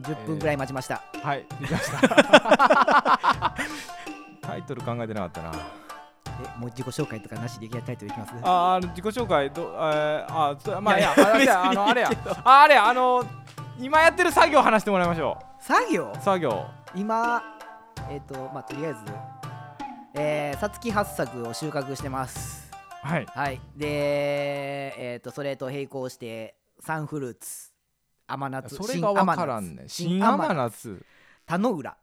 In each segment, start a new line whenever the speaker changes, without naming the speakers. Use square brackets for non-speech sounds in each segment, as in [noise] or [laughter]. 10分ぐらい待ちました、
はい見
[laughs]
ましたタイトル考えてなかったな
えもう自己紹介とかなしでいきなりタイトルいきます
ああの自己紹介どえー、あそまあいや
いや
話はあ
別に
のあれや
いいけど
ああれやあの今やってる作業話してもらいましょ
作業
う作業
今えっ、とまあとりあえずえーさつき八作を収穫してます
はい
はいでえっ、とそれと並行してサンフルーツ甘夏
それがわからんね新
新
甘
甘夏
夏
田野浦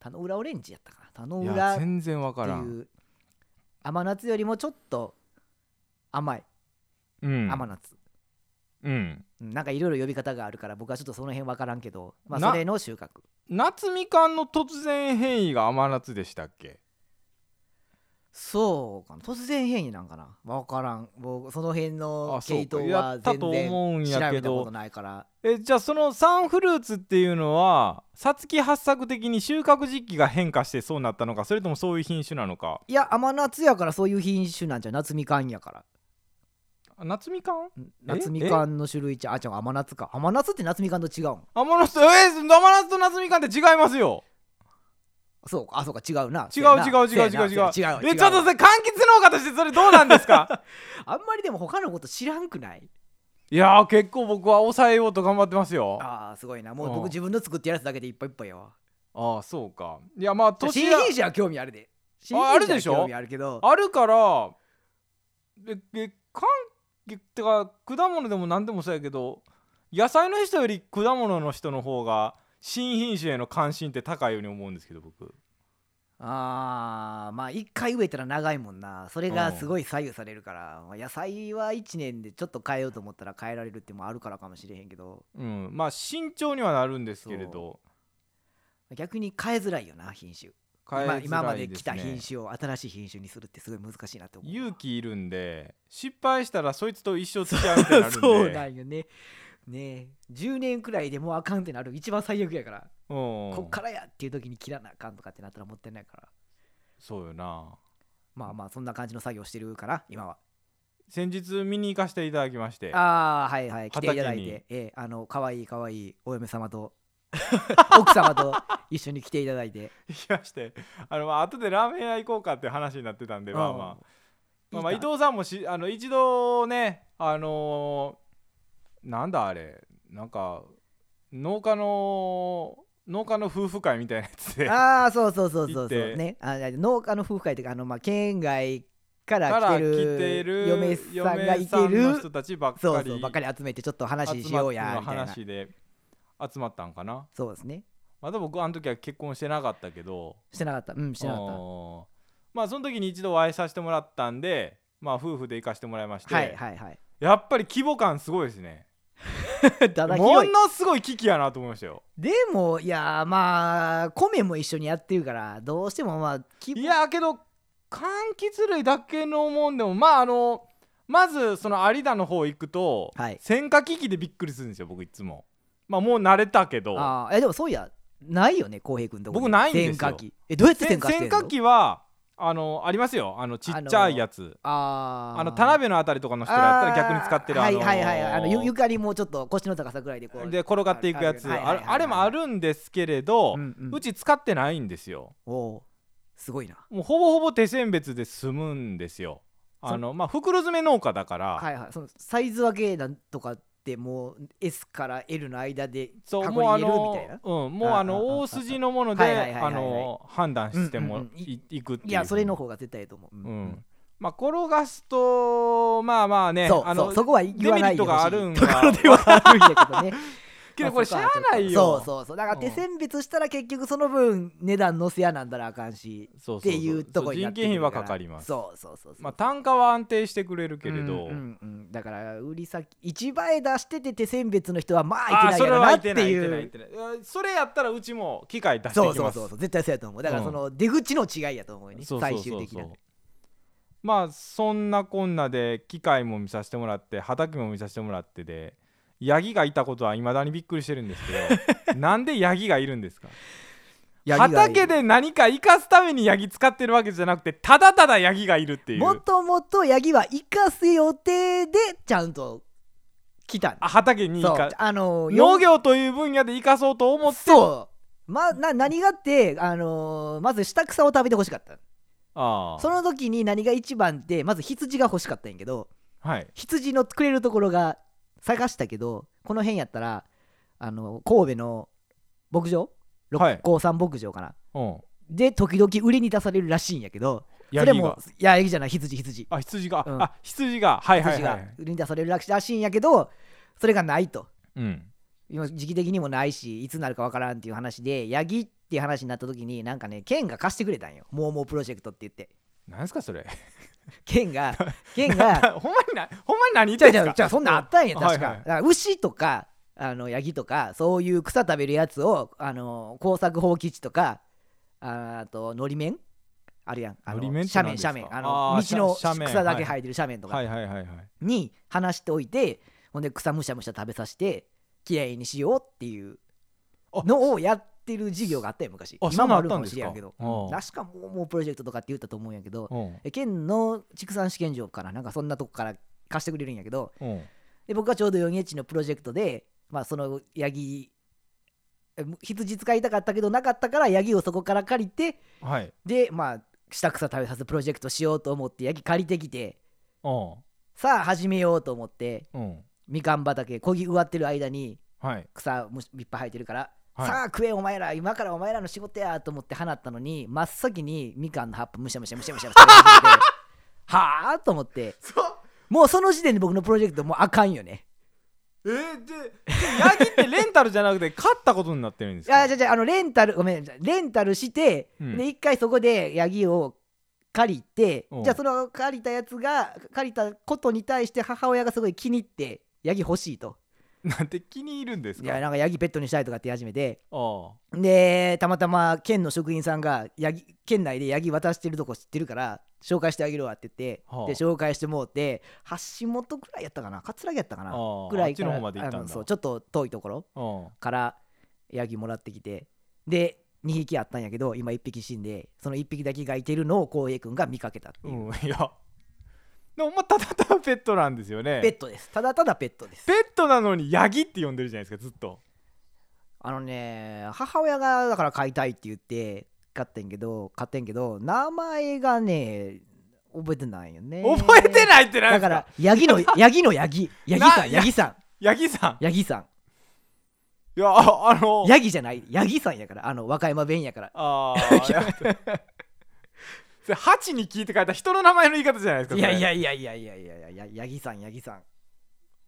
田野浦オレンジやったかな田野
い
浦
や
って
全然わからん
いう甘夏よりもちょっと甘い
うん
甘夏、
う
う
ん
んなんかいろいろ呼び方があるから僕はちょっとその辺分からんけど、まあ、
な
それの収穫
夏みかんの突然変異が甘夏でしたっけ
そうかな突然変異なんかな分からん僕その辺の
あそう
系
か
統
や
は
った
全
と
然
思うん
調
やけ
べたこ
ど
とないから
えじゃあそのサンフルーツっていうのはさつき八作的に収穫時期が変化してそうなったのかそれともそういう品種なのか
いや甘夏やからそういう品種なんじゃう夏みかんやから
あ夏みかん
うん夏みかんの種類ちゃうあちゃう甘夏か甘夏って夏みかんと違うん
甘夏とえー、甘夏と夏みかんって違いますよ
そうかあそうか違うな
違う
そうやな
違う違う
そうやな
違う違う
そうや違う違う
えちょっとそれ柑橘農家としてそれどうなんですか
あんまりでも他のこと知らんくない
[laughs] いやー結構僕は抑えようと頑張ってますよあ
ああすごいなも
う
うん僕自分の作ってるやつだけでいっぱいいっぱいやわ
あーそうかいやまあ
新
年が
品種は興味あるで新
あある
品種
で
は
しょ
興味あるけど
あるからええ柑橘ってか果物でも何でもそうやけど野菜の人より果物の人の方が新品種への関心って高いように思うんですけど僕
あーまあ一回植えたら長いもんなそれがすごい左右されるから、まあ野菜は1年でちょっと変えようと思ったら変えられるってもあるからかもしれへんけど
うんまあ慎重にはなるんですけれど
逆に変えづらいよな品種
変えづらいすね
今今まで来た品種を新しい品種にするってすごい難しいなって思う
勇気いるんで失敗したらそいつと一生付き合うみたいになるんで
[laughs] そうなんよねねえ10年くらいでもうあかんってなる一番最悪やから、
うん
こっからやっていう時に切らなあかんとかってなったらもったいないから
そうよな
まあまあそんな感じの作業してるかな今は
先日見に行かせていただきまして
ああはいはい来ていただい
畑に
て、ええあの可愛い可愛いお嫁様と [laughs] 奥様と一緒に来ていただいて
行きましてあのまあ後でラーメン屋行こうかって話になってたんでまあまあまあ、まあ
い
伊
いか
藤さんもしあの一度ねあのーなんだあれなんか農家の農家の夫婦会みたいなやつで
ああそうそうそうそ
行
う
っ
そ
て
うねあ農家の夫婦会というかあのまあ県外から
から
来て
来て
る
る
嫁さんがい
嫁さ
て
んの
る
人たちばっかり
そうそうばっかり集めてちょっと話しようや
集
み
ま
た
っ
い
て
な
の話で集まったんかな
そうですね
まだ僕あの時は結婚してなかったけど
してなかったうんしてなかっ
うんまあその時に一度お会いさせてもらったんでまあ夫婦で行かせてもらいまして、
たはいはいはい
やっぱり規模感すごいですね
ただ
も
広い
のすごい危機やなと思いましたよ
でもいやーまあ米も一緒にやってるからどうしてもまあき
いやけど柑橘類だけのもんでもまああのまずその有田の方行くと、
はい
戦火機器でびっくりするんですよ僕いつもまあもう慣れたけど
ああえでもそういやないよね浩平君とこに
僕ないんですよ
洗濯機えどうやって
せ
洗
ん
濯してん
戦
の
火機はあのありますよあのちっちゃいやつ
あ
あ
ー
の田辺のあたりとかの人らやったら逆に使ってる
あ
あ
ー
の
はいはいはいあのゆゆかりもちょっと腰の高さぐらいでこう
で転がっていくやつ
あるある
あれ
はいはいはいはい
あれもあるんですけれど、
う
うん
うん
ち使ってないんですよ
おおすごいな
もうほぼほぼ手選別で済むんですよあのまあ袋詰め農家だから、
はいはいそのサイズ分けなんとかってもう S から L の間で
そう
箱
もう
に
あ
入れるみたいな
の、うん、もう
あ
あ
あああ
の大筋のもの
はいはい
で
はいは
あ
いはい
の判断して
うん
も
うんうん
いいくっていう
いやそれの方が絶対いいと思う、
う
うん
んまあ転がすとまあまあね
そうそ
あの
うそこは
デ
言わ
メリ
な
ッ
いで
ト
ほ
が
し
あ
い
るん
ところ
が
ではあるんやけどね
[laughs] け
ま
ど
あ
これ
そ
し
は
ゃあない
そ
よ
うそうそうだから手
うん
選別したら結局その分値段のせやなんだらあかんし
そう
っ
そう
ていうとこになっ
人
て
件
く
費
る
は
ら
かかります
そうそうそうそう
まあ単価は安定してくれるけれど、
うんうんうんだから売り先市場へ出してて手選別の人はまあい
ああ
け
そ
ない
れ
やろ
は
ないって
てないい
い
けないいうけないうんそれやったらうちも機械出して
そう
いき
そう
ます
そうそう絶対そうやと思うだからその出口の違いやと思うよね、
そうそう
最
そうそう
終的な
まあそんなこんなで機械も見させてもらって畑も見させてもらってでヤギがいたことはいまだにびっくりしてるんです
[laughs]
けどなんでヤギがいるんですか
ヤギがいる
畑で何か生かすためにヤギ使ってるわけじゃなくてただただヤギがいるっていう
もともとヤギは生かす予定でちゃんと来たん
あ畑に
そ
生
う
か
あのー
農業という分野で生かそうと思って
そうまな何があって、あのーまず下草を食べてほしかった
ああ
その時に何が一番ってまず羊が欲しかったんやけど
はい
羊のくれるところが探したけどこの辺やったらあの神戸の牧場
はい
六甲山牧場かな、
うん
で時々売りに出されるらしいんやけど
ヤ
そ
ギ
れ
が
もいやヤギじゃない羊羊
あ羊が、
うん
あ羊がはいはい
羊
は
が
い、
売りに出されるらしいんやけどそれがないと
うん、
今時期的にもないしいつになるかわからんっていう話でヤギっていう話になった時になんかね県が貸してくれたんよモーモープロジェクトって言って
なんですかそれ
県
[laughs]
が県が
ほんまになほんまに何言っ
じゃ
て
あじゃ
んすか
あじゃあそんなんあったんや
う
確か,、
はいはい
牛とかあのヤギとかそういう草食べるやつをあの耕作放棄地とかああとのり面あるやんあの
のり面って
斜面
何ですか
斜面あの
あー
道の
斜面
草だけ
は
生えてる斜面とか
はいはいはいはい
に話しておいて、ほんで草むしゃむしゃ食べさせてきれいにしようっていう
あ
のをやってる事業があったよ昔
あ
今もある
そ
か
うなんあったん
も
です
し
か
れんけど
ああ
確かもうもうプロジェクトとかって言ったと思うんやけど
うん
え県の畜産試験場からなんかそんなとこから貸してくれるんやけど
うん
で僕はちょうど 4H のプロジェクトで、まあ、そのヤギえ羊使いたかったけどなかったからヤギをそこから借りて
はい
でまあ下草食べさせるプロジェクトしようと思ってヤギ借りてきて
うん
さあ始めようと思って
うん
みかん畑こぎ植わってる間に
はい
草むしいっぱい生えてるから、
はい
さあ食えお前ら今からお前らの仕事やと思って放ったのに真っ先にみかんの葉っぱむしゃむしゃむしゃむしゃむしゃむしゃむしゃはあと思って
そう
もうその時点で僕のプロジェクトもうあかんよね
えー、ででヤギってレンタルじゃなくて買ったことになってるんです
いや
か
じゃじゃあのレンタルごめんレンタルして、
うん
で一回そこでヤギを借りて、
うん
じゃあその借りたやつが借りたことに対して母親がすごい気に入ってヤギ欲しいと
なんて気に入るんです
い
か
や
あ
なんかヤギペットにしたいとかって言い始めて
あ
でたまたま県の職員さんがヤギ県内でヤギ渡してるとこ知ってるから紹介してあげるわって言って、
はあ
で紹介してもうて橋本くらいやったかな桂木やったかな
ああ
ぐら
あっ
い
ち
か
の
ら
方まで行った
あ
ん
の
だ
そうちょっと遠いところ
うん
からヤギもらってきてで2匹あったんやけど今1匹死んでその1匹だけがいてるのを浩平君が見かけたっていう、
うん、いやでもまあただただペットなんですよね
ペットですただただペットです
ペットなのにヤギって呼んでるじゃないですかずっと
あのね母親がだから飼いたいって言って飼ってんけど飼ってんけど名前がね覚えてないよね
覚えてないってな
だか
んですから
ヤ
[laughs]
ギのヤギのヤギヤギさ
なん
ヤギさ
ヤギさん
んヤギさん
いやああの
ヤギじゃないヤギさんやからあの和歌山弁やから
ああいやそれハチに聞いて書いた人の名前の言い方じゃないですか
いやい
それ
やいやいやいやいやいやヤヤギさんヤギさん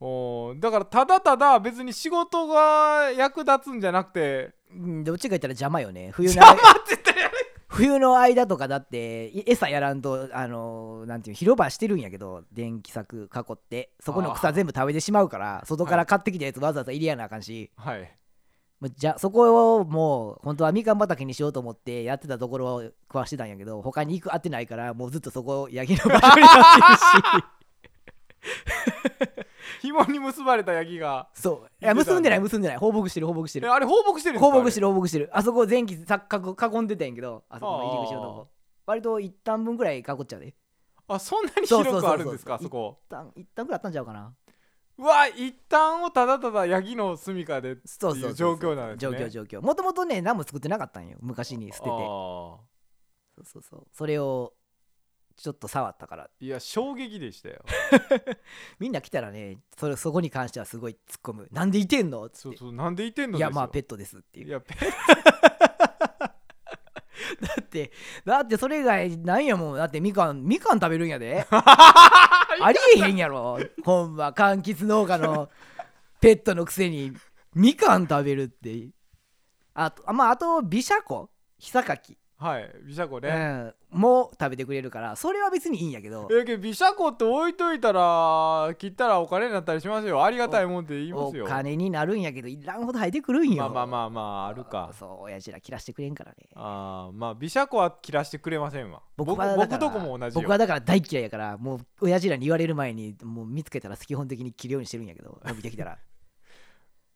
おーだからただただ別に仕事が役立つんじゃなくて
うんどっちか言ったら邪魔よね冬の
邪魔って言ってる
冬の間とかだってい餌やらんとあのーなんていう広場してるんやけど電気柵囲ってそこの
あ
草
ー
全部食べてしまうから外から買ってきたやつわざわざ入れやなあかんし、
はい
もうじゃそこをもう本当はみかん畑にしようと思ってやってたところを食わしてたんやけど他に行くあってないからもうずっとそこヤギの
[laughs]
場所になってるし
紐に結ばれたヤギが
そういや結んでない結んでない放牧してる放牧して
え
る
あれ放牧してるんですか
放牧して
る
る放牧してるあそこ全気さ囲囲んでたんやけどあそこの入り口のとこ割と一旦分ぐらい囲っちゃうで一
あそんなに広くあるんですか
そうそうそうそう
そこ
旦一旦ぐらいあったんちゃうかな
うわ一旦をただただヤギの住みかで
そうそうそう
っていう状況なんですね
状況状況もともとね何も作ってなかったんよ昔に捨てて
あ
そ
ー
うそうそうそれをちょっと触ったから
いや衝撃
[laughs]
でしたよ
みんな来たらねそれそこに関してはすごい突っ込むなんでいてんのっつ
そ
っ
う
て
そうなんでいてんの
いやまあペ
ッ
ットですっていう
いやペッ
だってだってそれ以外なんやもんだってみかんみかん食べるんや
[laughs]
でありえへんやろほんま柑橘農家のペットのくせにみかん食べるってあとあまああと美写子ひさかき
はいビシャコね、
うん、も食べてくれるからそれは別にいいんやけど
えけどビシャコって置いといたら切ったらお金になったりしますよありがたいもんって言いま
お
すよ
金になるんやけどいらんほど生えてくるん
ま
よ
あまあまあまああるか
そう親父ら切らしてくれんからね
あーまあビシャコは切らしてくれませんわ僕
は
僕
だから
とこも同じよ
僕はだから大嫌いやからもう親父らに言われる前にもう見つけたら基本的に切るようにしてるんやけ
[laughs]
ど伸びてきたら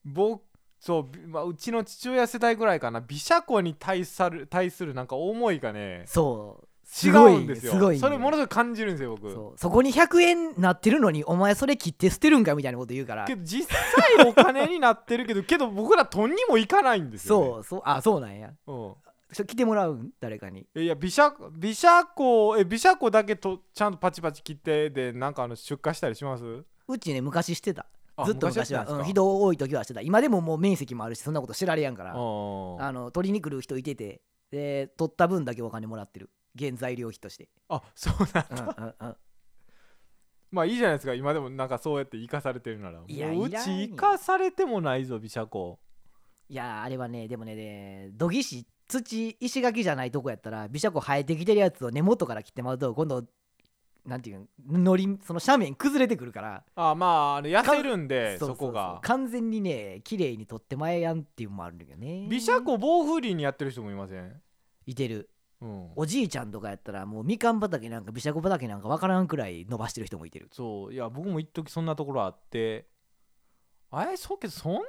僕そう、びまあ、うちの父親世代ぐらいかなビシャコに対する対するなんか思いがね
そう
違
すごい
うんですよ
すごい
それものすごい感じるんですよ僕
そうそこに100円なってるのにお前それ切って捨てるんかみたいなこと言うから
けど実際お金になってるけどけど僕らとんにもいかないんですよ、ね、
そうそうあそうなんや
そ
そ来てもらうん誰かに
うんえいやビシャビシャコえビシャコだけとちゃんとパチパチ切ってでなんかあの出荷したりします
うちね昔してた
あ
ずっと昔
や
は
てたん
うん
です
人
か
多い時はしてた今でももう面積もあるしそんなこと知られやんから
うん
あの取りに来る人いててで取った分だけお金もらってる原材料費として、
あそうなん
うんうんうん、
まあいいじゃないですか今でもなんかそうやって生かされてるなら
いや
もうう
いらん
ち
よ
生かされてもないぞ美写コ
[laughs] いやーあれはねでもねね土木師土石垣じゃないとこやったらビシャコ生えてきてるやつを根元から切ってもらうと今度なんていうんのりその斜面崩れてくるから、
あまああの痩せるんでそこが
完全にね綺麗に取って前やんっていうのもあるんだけどね
美写コ防風林にやってる人もいません
いてる
うん
おじいちゃんとかやったらもうみかん畑なんかビシャコ畑なんかわからんくらい伸ばしてる人もいてる
そういや僕も一時そんなところあってあれそうけどそんな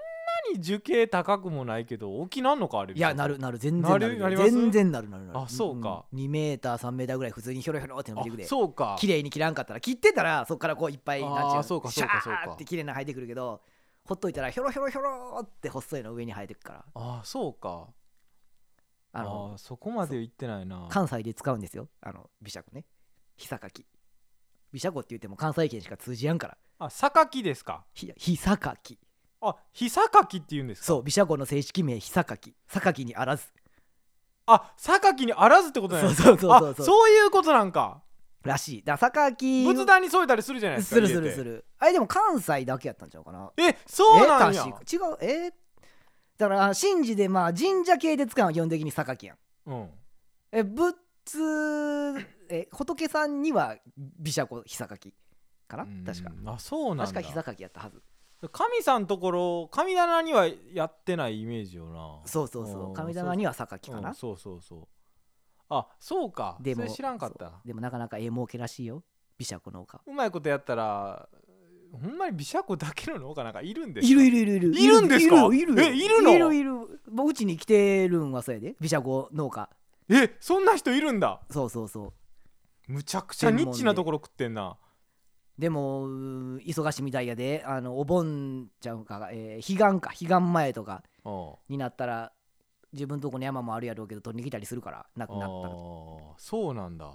に樹形高くもないけど大きなんのかあれ
いやなるなる全然
な
な
る
る
なります
全然なるなるなる
あそうか、
2メーター3メーターぐらい普通にひょろひょろって伸
あ
びてくで
そうか
綺麗に切らんかったら切ってたらそっからこういっぱい
あー
なんちゅうの
そうか
シ
そう
ャ
かそうか
ーって綺麗なの生えてくるけどほっといたらひょろひょろひょろって細いの上に生えてくから
あそうかあ
あの
ーそこまで行ってないな
関西で使うんですよあの美写子ねひさかき美写子って言っても関西圏しか通じやんから
あ榊ですか
ひひさかき
あひ榊って言うんですか
そう美写子の正式名ひさかき榊にあらず
あ榊にあらずってことなん
そ
で
う
すか
そうそうそう
あ
そう
そういうことなんから
しいだから榊
仏壇に添えたりするじゃないですか
するするす
る
るあれでも関西だけやったんちゃうかな
えそうなんや
え確か違うえーだからあ神事でまあ神社系で使うのは基本的に榊やん
うん
え仏え仏さんには美写子ひさかきかな
うん
確か
あそうなん
確か
だ
ひさかきやったはず
神さんところ神棚にはやってないイメージよな
そうそう
う
そ
ん
う神棚には榊か
う
なん
そうそうそうあそうか
でも
それ知らんかっ
そ
た
うでもなかなかええ儲けらしいよ美写子の丘
うまいことやったらほんまに美写子だけの農家なんかいるんです
いるいるいるいる
いるんですか
いるいる
えいるの
いるいるもううちに来てるんはそうやで美写子農家
えそんな人いるんだ
そうそうそう
むちゃくちゃニッチなところ食ってんな
でもうー忙しいみたいやであのお盆ちゃうか、えー彼岸か彼岸前とか
うん
になったら自分とこの山もあるやろうけど取りに来たりするからなく
あ
なったら
ーそうなんだ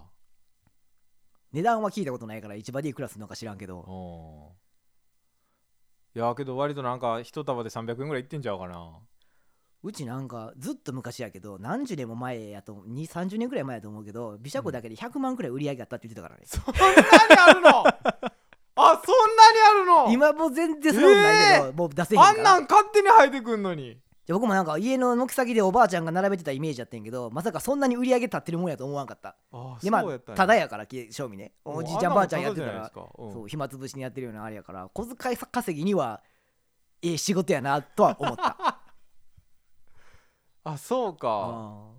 値段は聞いたことないから市場でいくらするのか知らんけ
う
ど
んいやけど割となんか一束で300円ぐらいいってんちゃうかな
うちなんかずっと昔やけど何十年も前やと2 3 0年くらい前やと思うけど美写子だけで100万くらい売り上げあったって言ってたからね、
そんなにあ
[laughs]
るのあそんなにあるの
今もう全然そんなことないけど、もう出せへんか
あ
ら
んなん勝手に生えてくんのに
で僕もなんか家の軒先でおばあちゃんが並べてたイメージやってんけどまさかそんなに売り上げ立ってるもんやと思わんかった
あ
でま
そうや
あ
ったん
ただやからき賞味ねおじいちゃんばあちゃんやってたら
そ
そうう暇つぶしにやってるようなあれやから小遣い稼ぎにはええ仕事やなとは思った
[laughs] あそうか
あ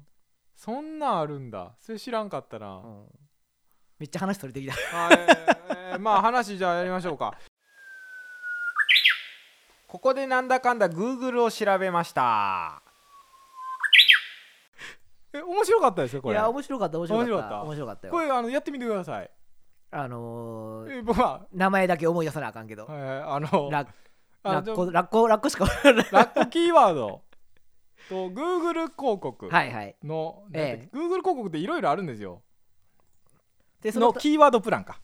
そんなんあるんだそれ知らんかったな
ーうんめっちゃ話それてきた
はいえーまあ話じゃあやりましょうかここでなんだかんだ Google を調べましたえ面白かったですよ [laughs] こ
い
れ
や面白かった面白かった
面
面白かった
こ
よ
れあのやってみてください
あのー
え僕は、
名前だけ思い出さなあかんけど
えーあの
ラッ
あ
ラ
の
ッコラッコラッコしか分からない
[laughs] ラッコキーワードと Google 広告
はいはい
の、
ええ
なんだっけ Google 広告っていろいろあるんですよ
でそ
の
の
キーワードプランか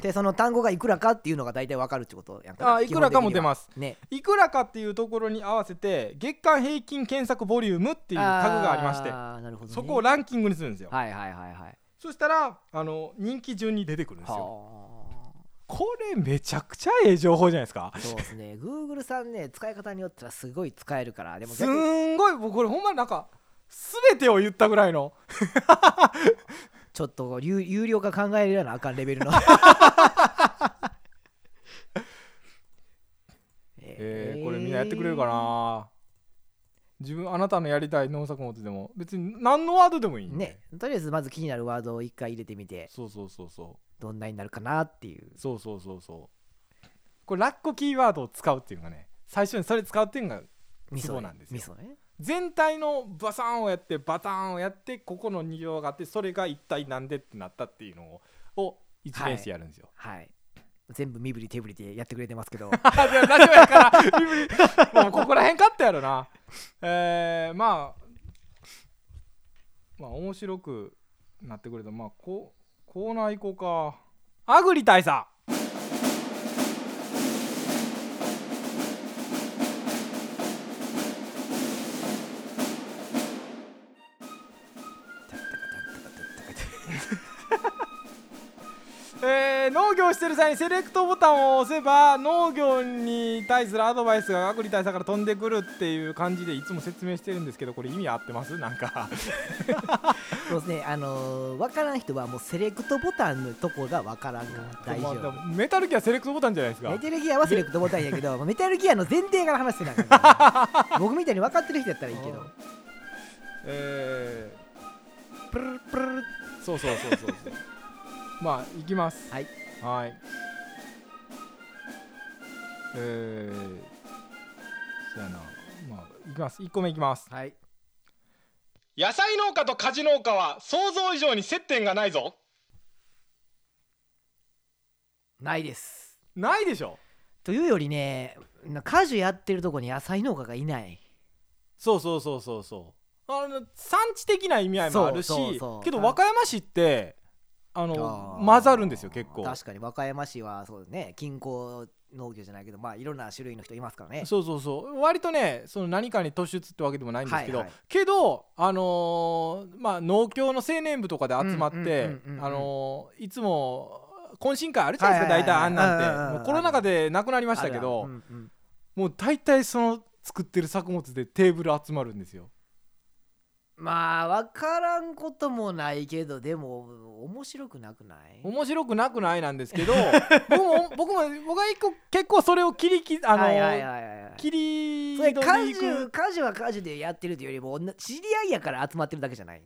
でその単語がいくらかっていうのが大体わかるってことやんか
あいくらかも出ます
すね
いくらかっていうところに合わせて月間平均検索ボリュームっていうタグがありまして
ーなるほどね
そこをランキングにするんですよ、
はいはいはいはい
そしたらあの人気順に出てくるんですよ
は
これめちゃくちゃええ情報じゃないですか
あ [laughs] そうですね Google さんね使い方によってはすごい使えるからでも
す
逆に
んごい僕これほんまなんか全てを言ったぐらいの
ちょっと有有料化考えるようなあかんレベルの [laughs]
[laughs] えーこれみんなやってくれるかな自分あなたのやりたい農作物でも別に何のワードでもいいんで
ねとりあえずまず気になるワードを一回入れてみて
そうそうそうそう
どんなになるかなっていう
そうそうそうそうこれラッコキーワードを使うっていうのがね最初にそれ使うっていうのが
味噌
そう
ね
なんですよ
味噌ね
全体のバサーンをやってバターンをやってここの2行があってそれが一体なんでってなったっていうのをを1年生やるんですよ。
はい全部身振り手振りでやってくれてますけど
[laughs] あでもラジオやからビブリもうここら辺勝ったやろな。えー、まあまあ面白くなってくれたまあこコーナー行こうか。アグリ大佐えー農業をしてる際にセレクトボタンを押せば農業に対するアドバイスがアグリ大佐から飛んでくるっていう感じでいつも説明してるんですけどこれ意味合ってます [laughs] なんか
そうですねあのー、分からん人はもうセレクトボタンのとこが分からんから大丈
まあで
夫
もメタルギアセレクトボタンじゃないですか
メタル [laughs] ギアはセレクトボタンやけどメタルギアの前提から話してなあかった僕みたいに分かってる人やったらいいけど
え
プルルプルル
ー、そうそうそうそうそうまあいきます
はい
はいえー、そうやなまあいきます1個目いきます
はい
野菜農家と果樹農家は想像以上に接点がないぞ
ないです
ないでしょ
というよりねな果樹やってるとこに野菜農家がいない
そうそうそうそうそうあの産地的な意味合いもあるし
そうそうそう
けど
あ
和歌山市ってあ
あ
の
ー
混ざるんですよ結構
確かに和歌山市はそうね近郊農業じゃないけどまあいろんな種類の人いますからね
そうそうそう割とねその何かに突出ってわけでもないんですけど、
はいはい
けどあのーまあ農協の青年部とかで集まっ
うんうんうん
て
うんうん
あのーいつも懇親会あるじゃないですか、
はいはいはい
大体あん
うんうん
なんて
うん
もうコロナ禍でなくなりましたけど
あるあるうんうん
もう大体その作ってる作物でテーブル集まるんですよ
まあ分からんこともないけどでも面白くなくない
面白くなくないなんです
[laughs]
けど僕も僕も僕は一個結構それを切りきあの、
はいはいはいはいはい
切り
そ
取
れ
り
果
に行
樹
く
果樹は果樹でやってるというよりもおんな知り合いやから集まってるだけじゃない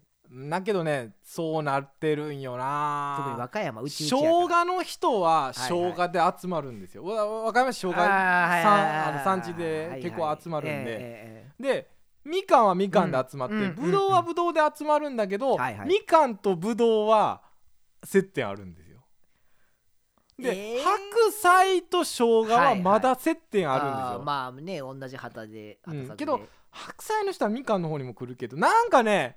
だけどねそうなってるんよな
特に和歌山うちう
生
ちやから
姜の人は
はい
生姜で集まるんですよ、わわかります生姜
あーはいはいはい
産あの産地
はいは
で
い
結構集まるんで、
えええええ
でみかんはみかんで集まって、
うんうん
ぶどうはぶどうで集まるんだけど、
はいはい
みかんとぶどうは接点あるんですよで、
えー
白菜と生姜はまだ接点
え
あるんですよ、
あーまあね同じ旗で
うん
旗先で
けど白菜の人はみかんの方にも来るけどなんかね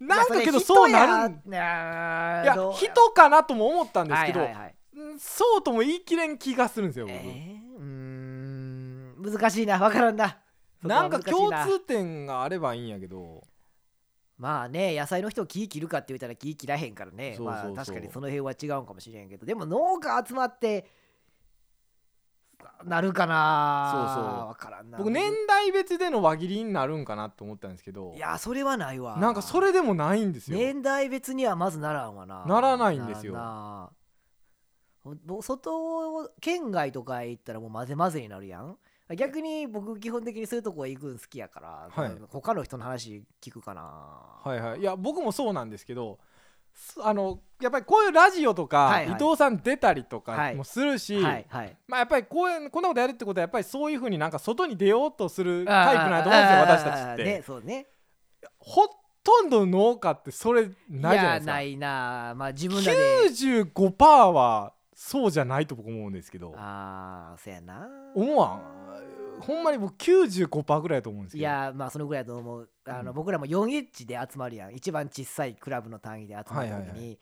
なんかけど
まあ
そうなるん
それ人や
い
い
や人かなとも思ったんです
は
け
い
ど、
はいはい
うんそうとも言い切れん気がするんですよ僕、
えーうーん難しいな分からんなそこは
なんか
難しい
共通点があればいいんやけど
まあね野菜の人を木切るかって言ったら木切らへんからね
そうそうそう
まあ確かにその辺は違うんかもしれんけどでも農家集まってなるかな
そうそう
分からんな
僕年代別での輪切りになるんかなと思ったんですけど
いやそれはないわ
なんかそれでもないんですよ、
年代別にはまずならんわな
ならないんですよ
ならなほんぼ外を県外とかへ行ったらもう混ぜ混ぜになるやん逆に僕基本的にそういうとこへ行くん好きやから、
はい
他の人の話聞くかなは
はいはいいや僕もそうなんですけどすあのやっぱりこういうラジオとか、
はいはい
伊藤さん出たりと
は
か
い
もするし、
はいはい
まあやっぱりこういうこんなことやるってことはやっぱりそういうふうになんか外に出ようとするタイプなんやと思うんですよ
あー
私たちって、
あーねそうね
ほとんど農家ってそれないじゃない
や
ですか
ないなまあ自分らで
95%はそうじゃないと僕思うんですけど
ああそうやな
思わんほんまに僕95%ぐらいだと思うんですけ
い
ど
やまあそのぐらいだと思うあの、
うん
僕らも 4H で集まるやん一番小さいクラブの単位で集まる時に、
はいはいは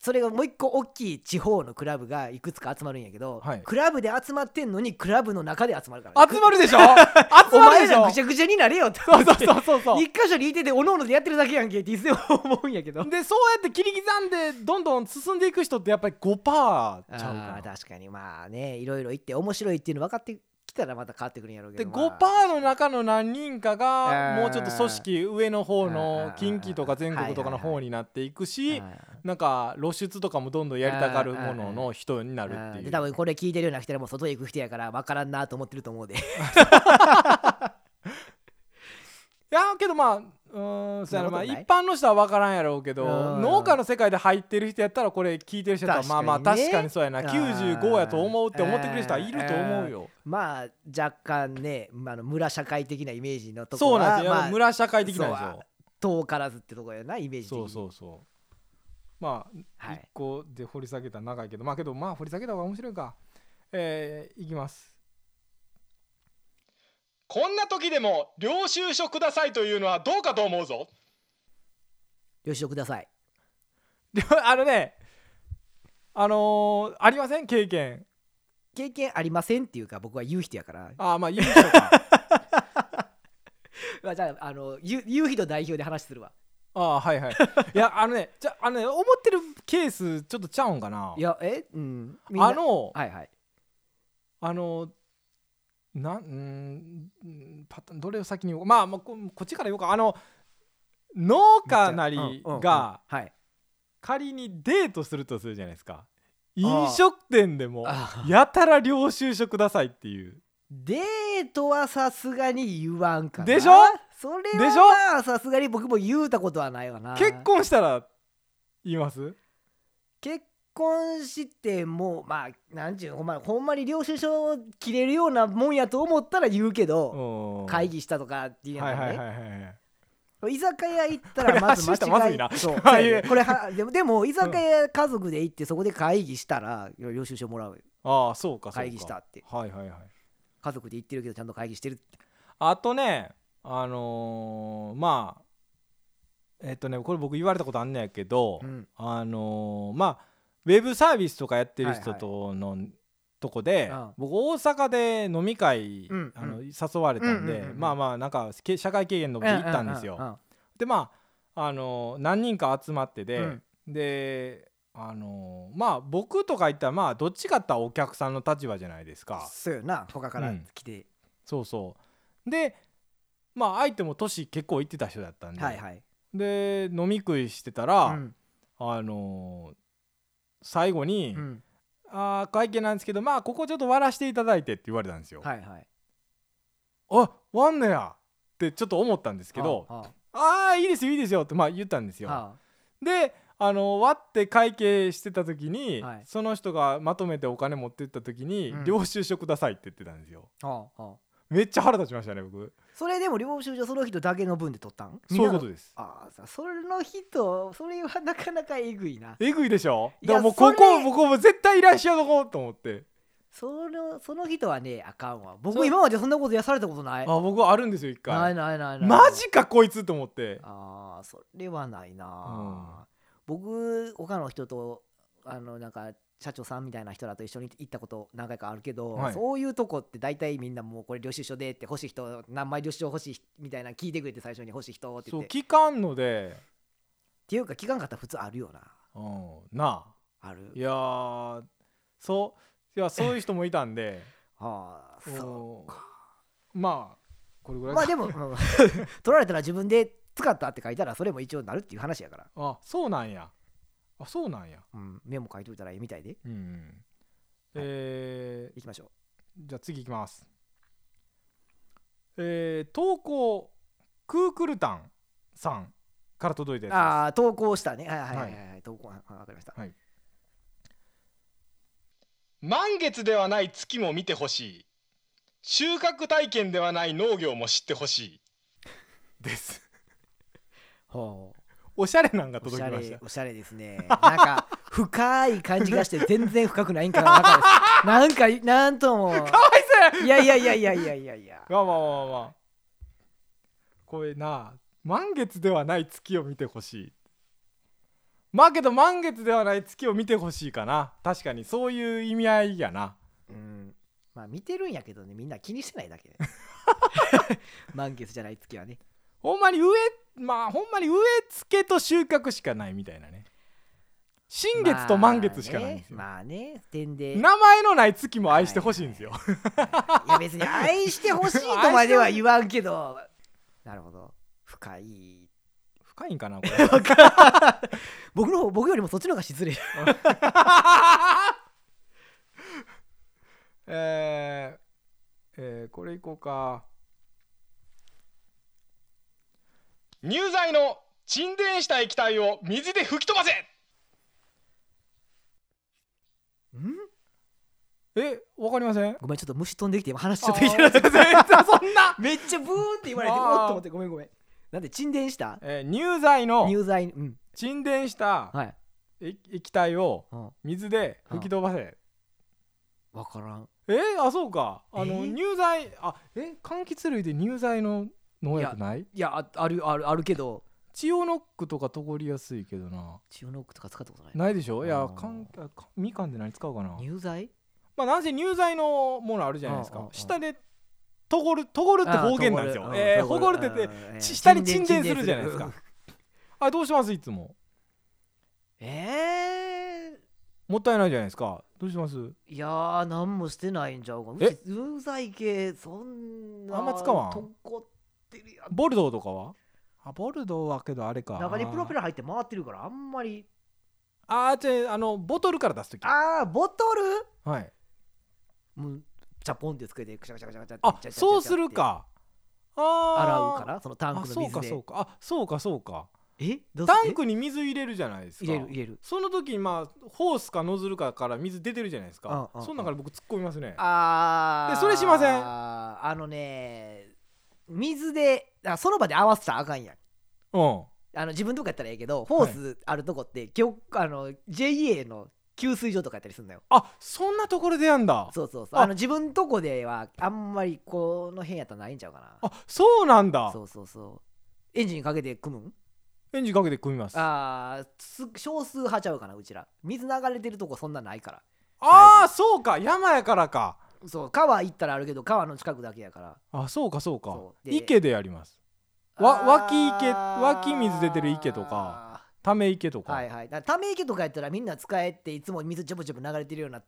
それがもう一個大きい地方のクラブがいくつか集まるんやけど、
はい
クラブで集まってんのにクラブの中で集まるからね、
集まるで [laughs] しょ集
お
ま
前
るでし
ら
ょ
ぐちゃぐちゃになれよって
そうそうそうそうそう
一箇所にいてておのおのでやってるだけやんけっていつでも思うんやけど
でそうやって切り刻んでどんどん進んでいく人ってやっぱり5%ちゃうか
あー
ら
確かにまあねいろいろ言って面白いっていうの分かってきたらまた変わってくるんやろうけ
で
ど、まあ、
5%の中の何人かが
あー
もうちょっと組織上の方
あ
の
ー
近畿とか全国とかの方になっていくし
はい
なんか露出とかもどんどんやりたがるものの人になるってい
で
う
多分これ聞いてるような人はもう外へ行く人やから分からん
[laughs]
なと思ってると思うで
いやけどまあうーんそうやな
そんなこと
まあ
ない
一般の人は分からんやろうけど
うん
農家の世界で入ってる人やったらこれ聞いてる人やったらまあまあ
確かにね
確かにそうやな
うん
95やと思うって思ってくれる人はいると思うよ
まあ若干ね、まあ、あの村社会的なイメージのとこ
そう
ろ
なんですよ
まあ、
村社会的なんです
そう
よ
遠からずってところやなイメージ的に
そうそうそうまあ
はい
一個で掘り下げたら長いけどまあけどまあ掘り下げた方が面白いかえー、いきますこんな時でも領収書くださいというのはどうかと思うぞ
よしください
[laughs] あのねあのーありません経験
経験ありませんっていうか僕は言う人や
[laughs]
から
ああまあ言うでしょうか
まあじゃああの言う言う人代表で話するわ
ああはいはいいやあのねじゃあのね思ってるケースちょっとちゃうんかない
やえうんみんな
あの
はいはい
あのなんうーんうんパターンどれを先に言おうまあ、まあ、ここっちから言おうかあの農家なり
うんうんうん
が
はい
仮にデートするとするじゃないですか飲食店でも
あ
やたら領収書くださいっていう
デートはさすがに言わんかな
でしょ
それ
でしょ
はまあさすがに僕も言うたことはないわな
結婚したら言います
結婚してもうまあなんちゅうのほんまほんまに領収書切れるようなもんやと思ったら言うけど、会
議
議したとかっていうの
は
はいね、
はいはいはい
居酒屋行ったらまず
これ発信したら
間
ま
違
ず
い
いな
そう
あいえ
これはでもでも居酒屋家族で行ってそこで会議したら領収書もらうよ
ああそうかそうか
会議したって
はいはいはい
家族で行ってるけどちゃんと会議してるって
あとねあのーまあえっとねこれ僕言われたことあんねやけど、
うん
あのーまあウェブサービスとかやってる
はい
人
はい
との、とこで、
うん
僕大阪で飲み会、
うん
あの
う
誘われたんで、
うんうんうんうん
まあまあなんかけ社会経験の部行ったんですよ。
うんうんうん
でまあ、あのー何人か集まってで、
うん
で、あのーまあ僕とか言ったらまあどっちかって言ったらお客さんの立場じゃないですか。
そうよな他から来て、
そうそうでまあ相手も年結構行ってた人だったんで、
はいはい
で飲み食いしてたら、
うん
あのー最後に「
うん
ああ会計なんですけどまあここちょっと割らしていただいて」って言われたんですよ。
はいはい
あ割んのやってちょっと思ったんですけど
あ
「ああーいいですよいいですよ」ってまあ言ったんです
あ
よ。
あ
であの割って会計してた時に、
はい
その人がまとめてお金持ってった時に「
うん
領収書ください」って言ってたんですよ。
ああああ
めっちゃ腹立ちましたね僕。
それでも領収書その人だけの分で取ったん
そういうこと
で
です。
ああその人それはなかなかえぐいな
えぐいでしょ
い
だか
や
らもうこ
そ
こ
れ
僕もう絶対いらっしゃるとこと思って
そのその人はねあかんわ
そう
僕今までそんなことやされたことない
あ僕あるんですよ一
な
回
いないないない
マジかこいつと思って
あーそれはないな、僕他の人とあのなんか社長さんみたいな人らと一緒に行ったこと何回かあるけど、
はい
そういうとこって大体みんなもうこれ領収書でって欲しい人何枚領収書欲しいみたいな聞いてくれて最初に欲しい人って
そ
言
う
ってっ
聞かんので、
ていうか聞かんかったら普通あるよな
うん、なあ
ある
いやーそういやそういう人もいたんで
あー [laughs] そ
そうまあこれぐ
う
らい
ま
か
あでもうん取られたら自分で使ったって書いたらそれも一応なるっていう話やから、
あそうなんやあそうなんや
うん、メモ書いといたらええみたいで
うん、えー
いきましょう
じゃあ次いきますえー、投稿クークルタンさんから届いたやつです
ああ投稿したねはいはいはい、はい、投稿あわかりました
満月ではない月も見てほしい収穫体験ではない農業も知ってほしい
です
ほう
おしゃれなんが
お
届
し
き
ゃ
ました
れおしゃれですねなんか深い感じがして全然深くないんかなわかるですなんかなんともいやいやいやいやいやいやいや
まあまあまあまあこれな満月ではない月を見てほしいまあけど満月ではない月を見てほしいかな確かにそういう意味合いやな
うんまあ見てるんやけどねみんな気にしてないだけ [laughs] 満月じゃない月はね
ほんまに植えまあほんまに植え付けと収穫しかないみたいなね新月と満月しかないんですよ、
まあね,、まあね点で
名前のない月も愛してほしいんですよ、
いや別に愛してほしいとまでは言わんけどなるほど深い
[laughs] 深いんかなこれ
[laughs] 僕の方僕よりもそっちの方が失礼
[laughs] えーえーこれいこうか。
入剤の沈殿した液体を水で吹き飛ばせ
えわかりません
ごめんちょっと虫飛んできて今話ちょっと聞いてなかった
あーそんな、
めっちゃブーンって言われて
あ
おっ
ー
と思ってごめんごめんなんで沈殿した
えー乳剤の
入剤うん
沈殿した
はい、
液液体を
うん、
水で吹き飛ばせ
分からん
えーあそうかあの
えー
乳剤あえ柑橘類で乳剤の農薬ない
いやああるあるあるけど
チオノックとかとこりやすいけどな
血をノックとか使ったことない
ないでしょいや
あー
かんあかみかんで何使うかな
入剤
まあなんせ乳剤のものあるじゃないです
うんう
か
んうん
下でとごるとごるって方言なんですよえーほごるってて
て
ち下に沈殿するじゃないですか [laughs] あれどうしますいつも
えー
もったいないじゃないですかどうします
いやー何もしてないんちゃうかう
え
ち有罪系そんな
あんま使わん
とこってるやん
ボルドーとかはあボルドーはけどあれか
中にプロペ
ラ
ラ入って回ってるからあんまり
あーじゃああのボトルから出す時
あーボトル
はい
もうチャポンってつけてクシャクシャクシャクシャ
あ
クシャクシャクシャって
そうするかあ
洗うからそのタ
ら
ン
あ
クの
そう
水
か
で
そうかあそうかそうか
えどうす
タンクに水入れるじゃないです
え
か
入れる入れる
その時にまあホースかノズルかから水出てるじゃないですか
うんうんうん
その中で僕突っ込みますね
あー
でそれしません
あのね水であその場で合わせたらあかんやん
うん
あの自分とかやったらええけどホースあるとこって、きょあの JA の給水所とかやったりするんだよ
あそんなところでやんだ
そうそうそう
あ
あの自分とこではあんまりこの辺やったらないんちゃうか
あそうなん
な
だ
そうそうそうエンジンかけて組むん
エンジンかけて組みますあ
あーす少数派ちゃうかなうちら水流れてるとこそんなないから
あーそうか山やからか
そう川行ったらあるけど川の近くだけやから
あそうかそうか
そうで
池でやりますわ湧き池湧き水出てる池とかため池と
あーはい
か
はいだからため池とかやったらみんな使えっていつも水ちょぼちょぼ流れてるような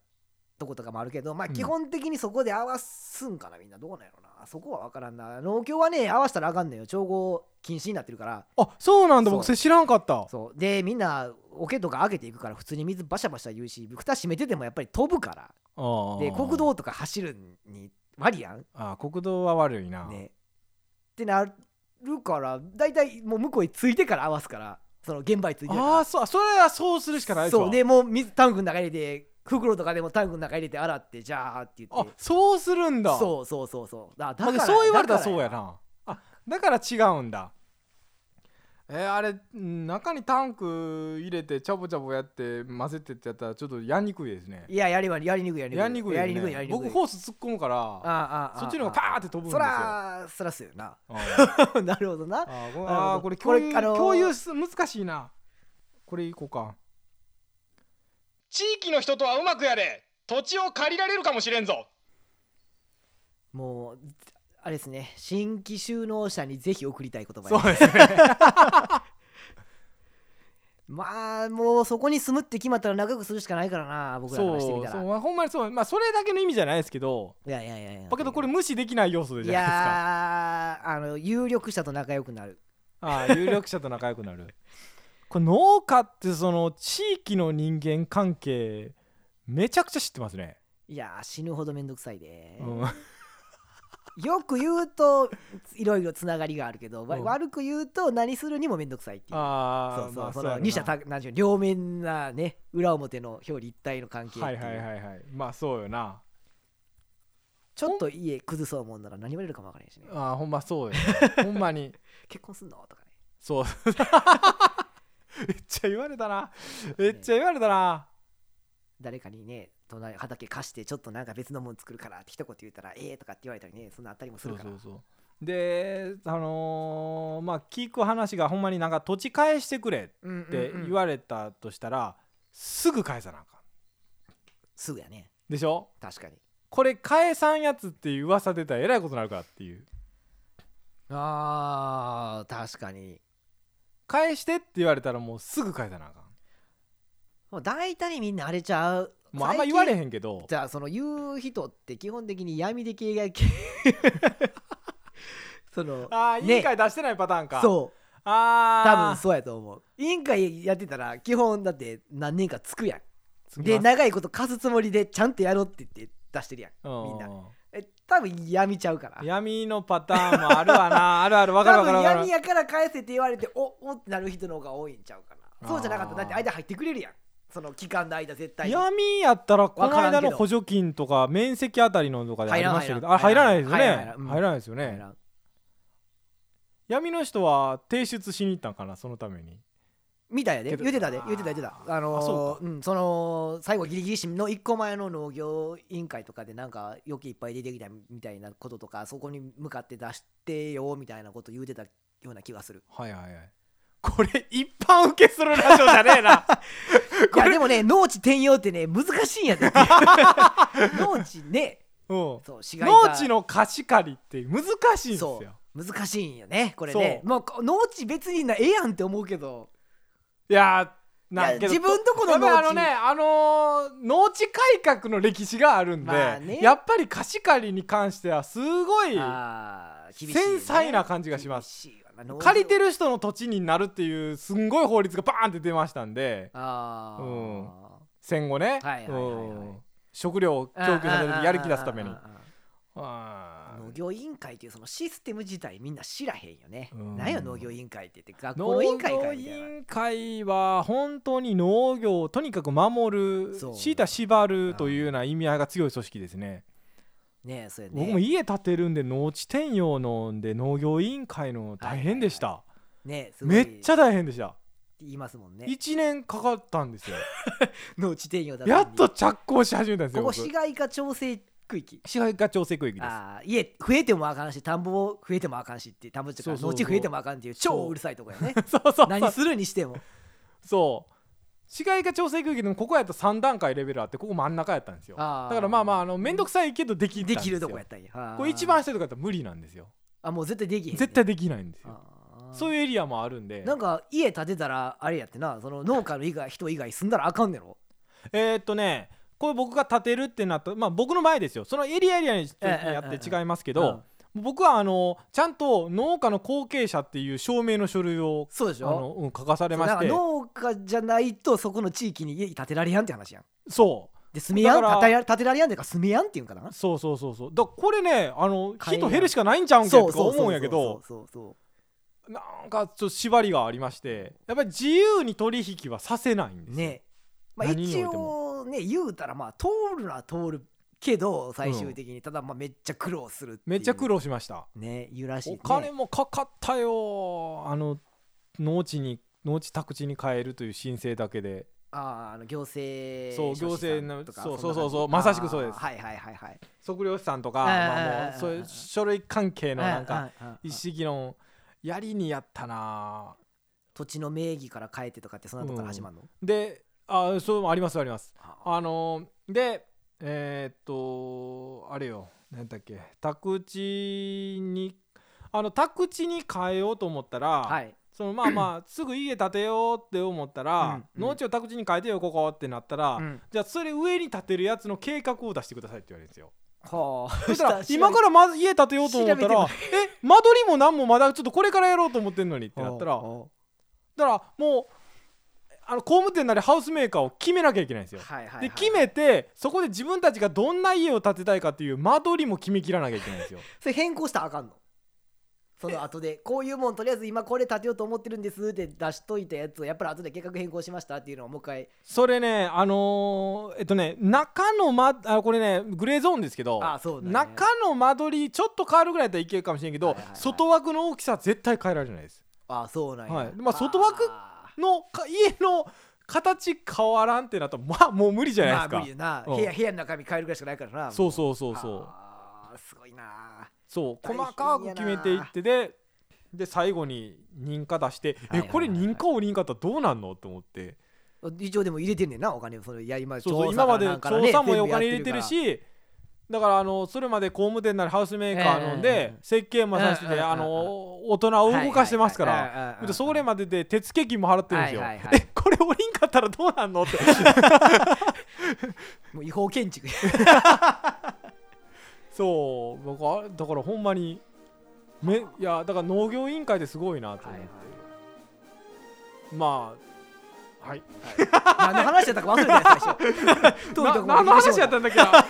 とことかもあるけどまあ
うん
基本的にそこで合わすんかなみんなどうなんやろなそこは分からんな農協はね合わしたらあかんのよ調合禁止になってるから
あそうなんだ
そう
僕それ知らんかった
そうでみんな桶とか開けていくから普通に水バシャバシャ言うし蓋閉めててもやっぱり飛ぶからで
で
国道とか走るに割りやん
あー国道は悪いな、
ねってなるから大体もう向こうに着いてから合わすからその現場に着いてから
ああそうそれはそうするしかないですわ
そうでもう水タンクの中入れて袋とかでもタンクの中入れて洗ってじゃあって言っ
あ
て
そうするんだ
そうそうそうそうだだ
ま
か
あで
ら
もそう言われたら
だか
そうやなあだから違うんだえーあれん中にタンク入れてチャボチャボやって混ぜてってやったらちょっとやりにくいですね
いややりはやりにくいやり
やりに
にく
く
い
い
や
よ
りにくい
ね
やりにくい
僕ホース突っ込むから
ああああ
そっちの方がパーって飛ぶんです
そ
よ
らそらすよな [laughs]
うん
なるほどな
あーごめ
なるほ
ん
ど
あーこれ共有
これあのー
共有す難しいなこれいこうか
地域の人とはうまくやれ土地を借りられるかもしれんぞ
もうあれですね新規就農者にぜひ送りたい言葉
そう
や
で
[laughs]
すね
まあもうそこに住むって決まったら仲良くするしかないからな僕らか
そ
ら
う
してみ
そ
たら
う、まあ、ほんまにそうまあそれだけの意味じゃないですけど
いやいやいやいや
だけどこれ無視できない要素
い
じゃないですか
やーあの有力者と仲良くなる
ああ有力者と仲良くなるこれ農家ってその地域の人間関係めちゃくちゃ知ってますね、
いやー死ぬほどめんどくさいで、
うん、あ
よく言うといろいろつながりがあるけど、わ
うん
悪く言うと何するにもめんどくさいっていうそ
あ
うそう、
まあ
そ
や
の
ろな
二者たなんていうの両面なね裏表の表裏一体の関係っていう、
はいはいはいはいまあそうよな
ちょっと家崩そうもんなら何言われるかもわからへんしね
ああほんま [laughs] そうよほんまに
結婚すんのとかね
そう [laughs] めっちゃ言われたなめっちゃ言われたな
誰かにね隣畑貸してちょっとなんか別のもん作るからって一言言ったらええー、とかって言われたりねそんなあったりもす
そ
る
う
から
そうそうであのーまあ聞く話がほんまになんか土地返してくれ
うんうんうん
って言われたとしたら、すぐ返さなあかん
すぐやね
でしょ
確かに
これ返さんやつっていう噂出たらえらいことになるからっていう
あー確かに
返してって言われたらもうすぐ返さなあか
もう大体みんなあれちゃうん
もうあんま言われ
ん
へんけど
じゃあその言う人って基本的に闇で系が [laughs] その
ああ
ね
委員会出してないパターンか、
そう
ああ
多分そうやと思う委員会やってたら基本だって何年かつくやん
う
で長いこと貸すつもりでちゃんとやろうって言って出してるやんみんなえ多分闇ちゃうから
闇のパターンもあるわ [laughs] なあるあるわかる
多
わかる
分
わか
闇
る
やから返せって言われておおってなる人の方が多いんちゃうかなそうじゃなかったらだって間入ってくれるやんその期間の間絶対に
闇やったらこの
わから
間
んけ
の
ど
補助金とか面積あたりのとかでありましたけどあ
入
入
ら
ら
な
ないいですよね
入らない入らない
入らないですよね闇の人は提出しに行ったんかなそのために
みたいやで
けど
言ってたで言ってた言ってたあのー
あそう
うん、その最後ギリギリしの1個前の農業委員会とかでなんか余計いっぱい出てきたみたいなこととかそこに向かって出してよみたいなこと言うてたような気がす
[laughs]
る
はいはいはいこれ一般受けするラジオじゃねえ [laughs] な
いやでもね農地転用ってね難しいんや
[laughs]
で農地ね
うん
そう市街化
農地の貸し借りって難しいんです
そ
よ
う難しいんよねこれね
そう
もうこ農地別になええやんって思うけど
いやー
い
な
や
けど
自分とこの
やっぱり
農地
あのねあのー農地改革の歴史があるんで、
まあね
やっぱり貸し借りに関してはすごい
あー厳しいよね
繊細な感じがします
厳しいわな農業
借りてる人の土地になるっていうすんごい法律がバーンって出ましたんで
ああ、
うん戦後ね、
はいはいはいはい
うん食料を供給されるやる気出すために
あーあーあーあ
あ
ー
ー
農業委員会っていうそのシステム自体みんな知らへんよね。
うん
なんや農業委員会ってって学校
農
の委
業
員会かみた
委
いな。
員会は本当に農業をとにかく守る
そう
強いたら縛るというような意味合いが強い組織ですね
ねえそれね。
僕も家建てるんで農地転用のんで農業委員会の大変でした、
ねえす
めっちゃ大変でした
言いますもんね。
1年かかったんですよ
農地転用だ
やっと
こ
着工し始めたんですよ
こ
僕
市街化調整区域。
市街化調整区域です
ああ家増えてもあかんし田んぼ増えてもあかんしって田んぼっていうか
そうそうそう
農地増えてもあかんっていう超うるさいとこ
[laughs]
やね。
そうそうそ
何
う
するにしても。
そう市街化調整区域でもここやと3段階レベルあってここ真ん中やったんですよだ
あー
からまあまああの面倒くさいけどできたんで
です
よ
きるとこやったんや。あー
これ一番下とかやったら無理なんですよ
あもう絶対できへん、
絶対できないんですよ
あー
そういうエリアもあるんで
なんか家建てたらあれやってなその農家の以外人以外住んだらあかんねろ
えーっとねこれ僕が建てるってなったまあ僕の前ですよそのエリアエリアに
ええ
やっ
え
て
え
違いますけど、僕はあのちゃんと農家の後継者っていう証明の書類を
そうでし
あ
ょ
の、うん、書かされま
なん
し
か
て
農家じゃないとそこの地域に家建てられやんって話やん
そう
で住めやん
だか
建て
ら
ら建てられやんっていうか住めやんっていうんかな
そうそうそうそうだからこれねあの
買えない
人減るしかないんちゃうんけ
そ
とか思うんやけど
そうそう
なんかちょっと縛りがありましてやっぱり自由に取引はさせない
そ
んです
う
よ
ねまあ
何におい
一
ても
応ね言うたらまあ通るのは通るけど最終的にただまあめっちゃ苦労するっていう
めっちゃ苦
労
労しました
ね言うらしい
お
ね
金もかかったよあの農地に農地宅地に変えるという申請だけで
あーあの行政
そう
書士さん
行政の
とか
そう
そんな
そうそうそ
感
う
じ
まさしくそうです
あーはいはいはいはい
測量士さんとか
ああ
まあ
あ
も
あ
うそう
あ
いう
あ
書類関係のなん
うんう
か
んうんうん
一式のやりにやったな
土地の名義から変えてとかってそんなとこから始まるの、
であそうありますあります
あ
あのでえーっとあれよ何だっけ宅地にあの宅地に変えようと思ったら、
はい
そのま
[clears throat]
あまあすぐ家建てようって思ったら、
うんうん
農地を宅地に変えてよここってなったら、
うん
じゃあそれ上に建てるやつの計画を出してくださいって言われるんですよ
はあ
そした
[laughs]
ら今からまず家建てようと思ったら
調
え間取りも何もまだちょっとこれからやろうと思ってんのにってなったら
はあは
だからもうあの工務店なりハウスメーカーを決めなきゃいけないんですよ
あはいはいはい
で決めてそこで自分たちがどんな家を建てたいかっていう間取りも決めきらなきゃいけないんですよ
それ変更したらあかんのその後でこういうもんとりあえず今これ建てようと思ってるんですって出しといたやつをやっぱり後で計画変更しましたっていうのをもう一回
それねあのーえっとね中の間あこれねグレーゾーンですけど
あそうだね
中の間取りちょっと変わるぐらいだったらいけるかもしれんけど、
はいはいはい
外枠の大きさは絶対変えられないです
ああそうなんや、
はいまあ外枠
あ
のか家の形変わらんってなったらまあもう無理じ
ー
ゃな
まあ
いですか、
無理よな、
うん
部屋部屋の中身変えるぐらいしかないからな
そう
う
そうそうそう
あーすごいな
そう
大変やな
細かく決めていってでで最後に認可出し
は
て、
いはいはいはい
えこれ認可を認可とどうなんのと思って
一応でも入れてんねんなお金をそのやりま
そうそう
調査
今
か
ま
ら
で
なんからね
調査も
全
お
部やっ
金入れて
から
るしだからあのそれまで工務店なりハウスメーカー
え
の
ええ
で
え
設計もさせ
うんうんう
て
んうん
あの大人を動かしてますか
はいはいはいはいうんうんうん
らでそれまでで手付金も払ってるんですよ
はいはいはい
えこれ降りんかったらどうなんのって
もう違法建築
そう僕はだからほんまにめいやだから農業委員会ですごいなと
[laughs]
思ってまあはい
[laughs] 何の話やったか忘れてた最初 [laughs]
な何の話やったんだっけなな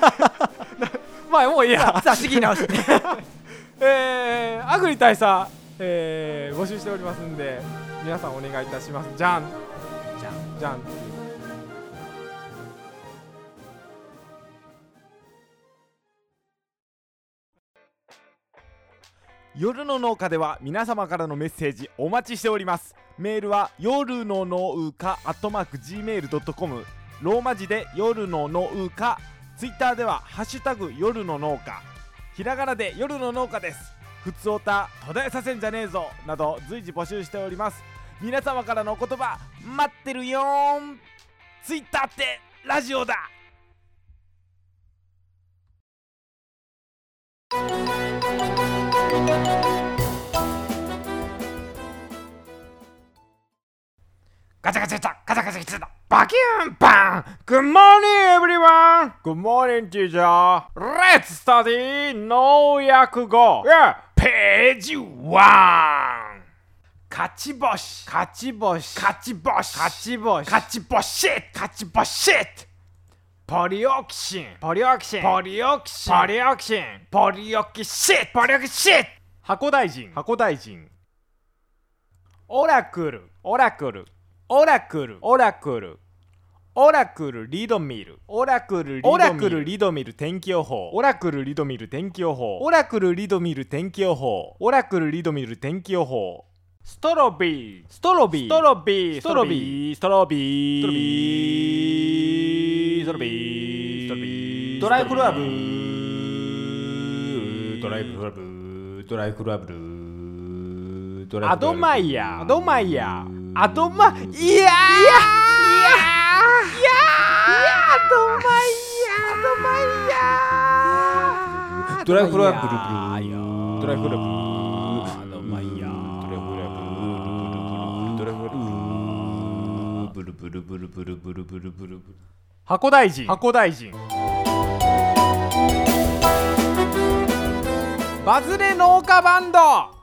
まあもういいや
さあ仕切り直して
[laughs] えー、アグリ大佐、えー、募集しておりますんで皆さんお願いいたしますじゃん
じゃん
じゃん夜の農家では皆様からのメッセージお待ちしておりますメールは夜の農家アットマーク Gmail.com ローマ字で夜の農家ツイッターではハッシュタグ夜の農家ひらがなで夜の農家ですふつおた途絶えさせんじゃねえぞなど随時募集しております皆様からのお言葉待ってるよーんツイッターってラジオだガチャガチャガチャガチャガチャガチャバキュンバン Good morning everyone! Good morning teacher! Let's study 農薬語 Yeah! ページ 1! 勝ち星勝ち星勝ち星勝ち星勝ち星勝ち星ポリオキシンポリオキシンポリオキシンポリオキシンポリオキシンポリオキシン箱大臣箱大臣オラクルオラクルオラクルオラクルオラクルリードミルオラクルオラクルリードミル天気予報オラクルリードミル天気予報オラクルリードミル天気予報オラクルリードミル天気予報ストロビーストロビーストロビーストロビーストロビーストロビーストロビードライフクラブドライフクラブドライフクラブドライフクラブアドマイヤーアドマイヤーアドマイヤーいやいやいやアドマイヤーアドマイヤードライフクラブドライフクラブ箱大臣箱大臣バズレ農家バンド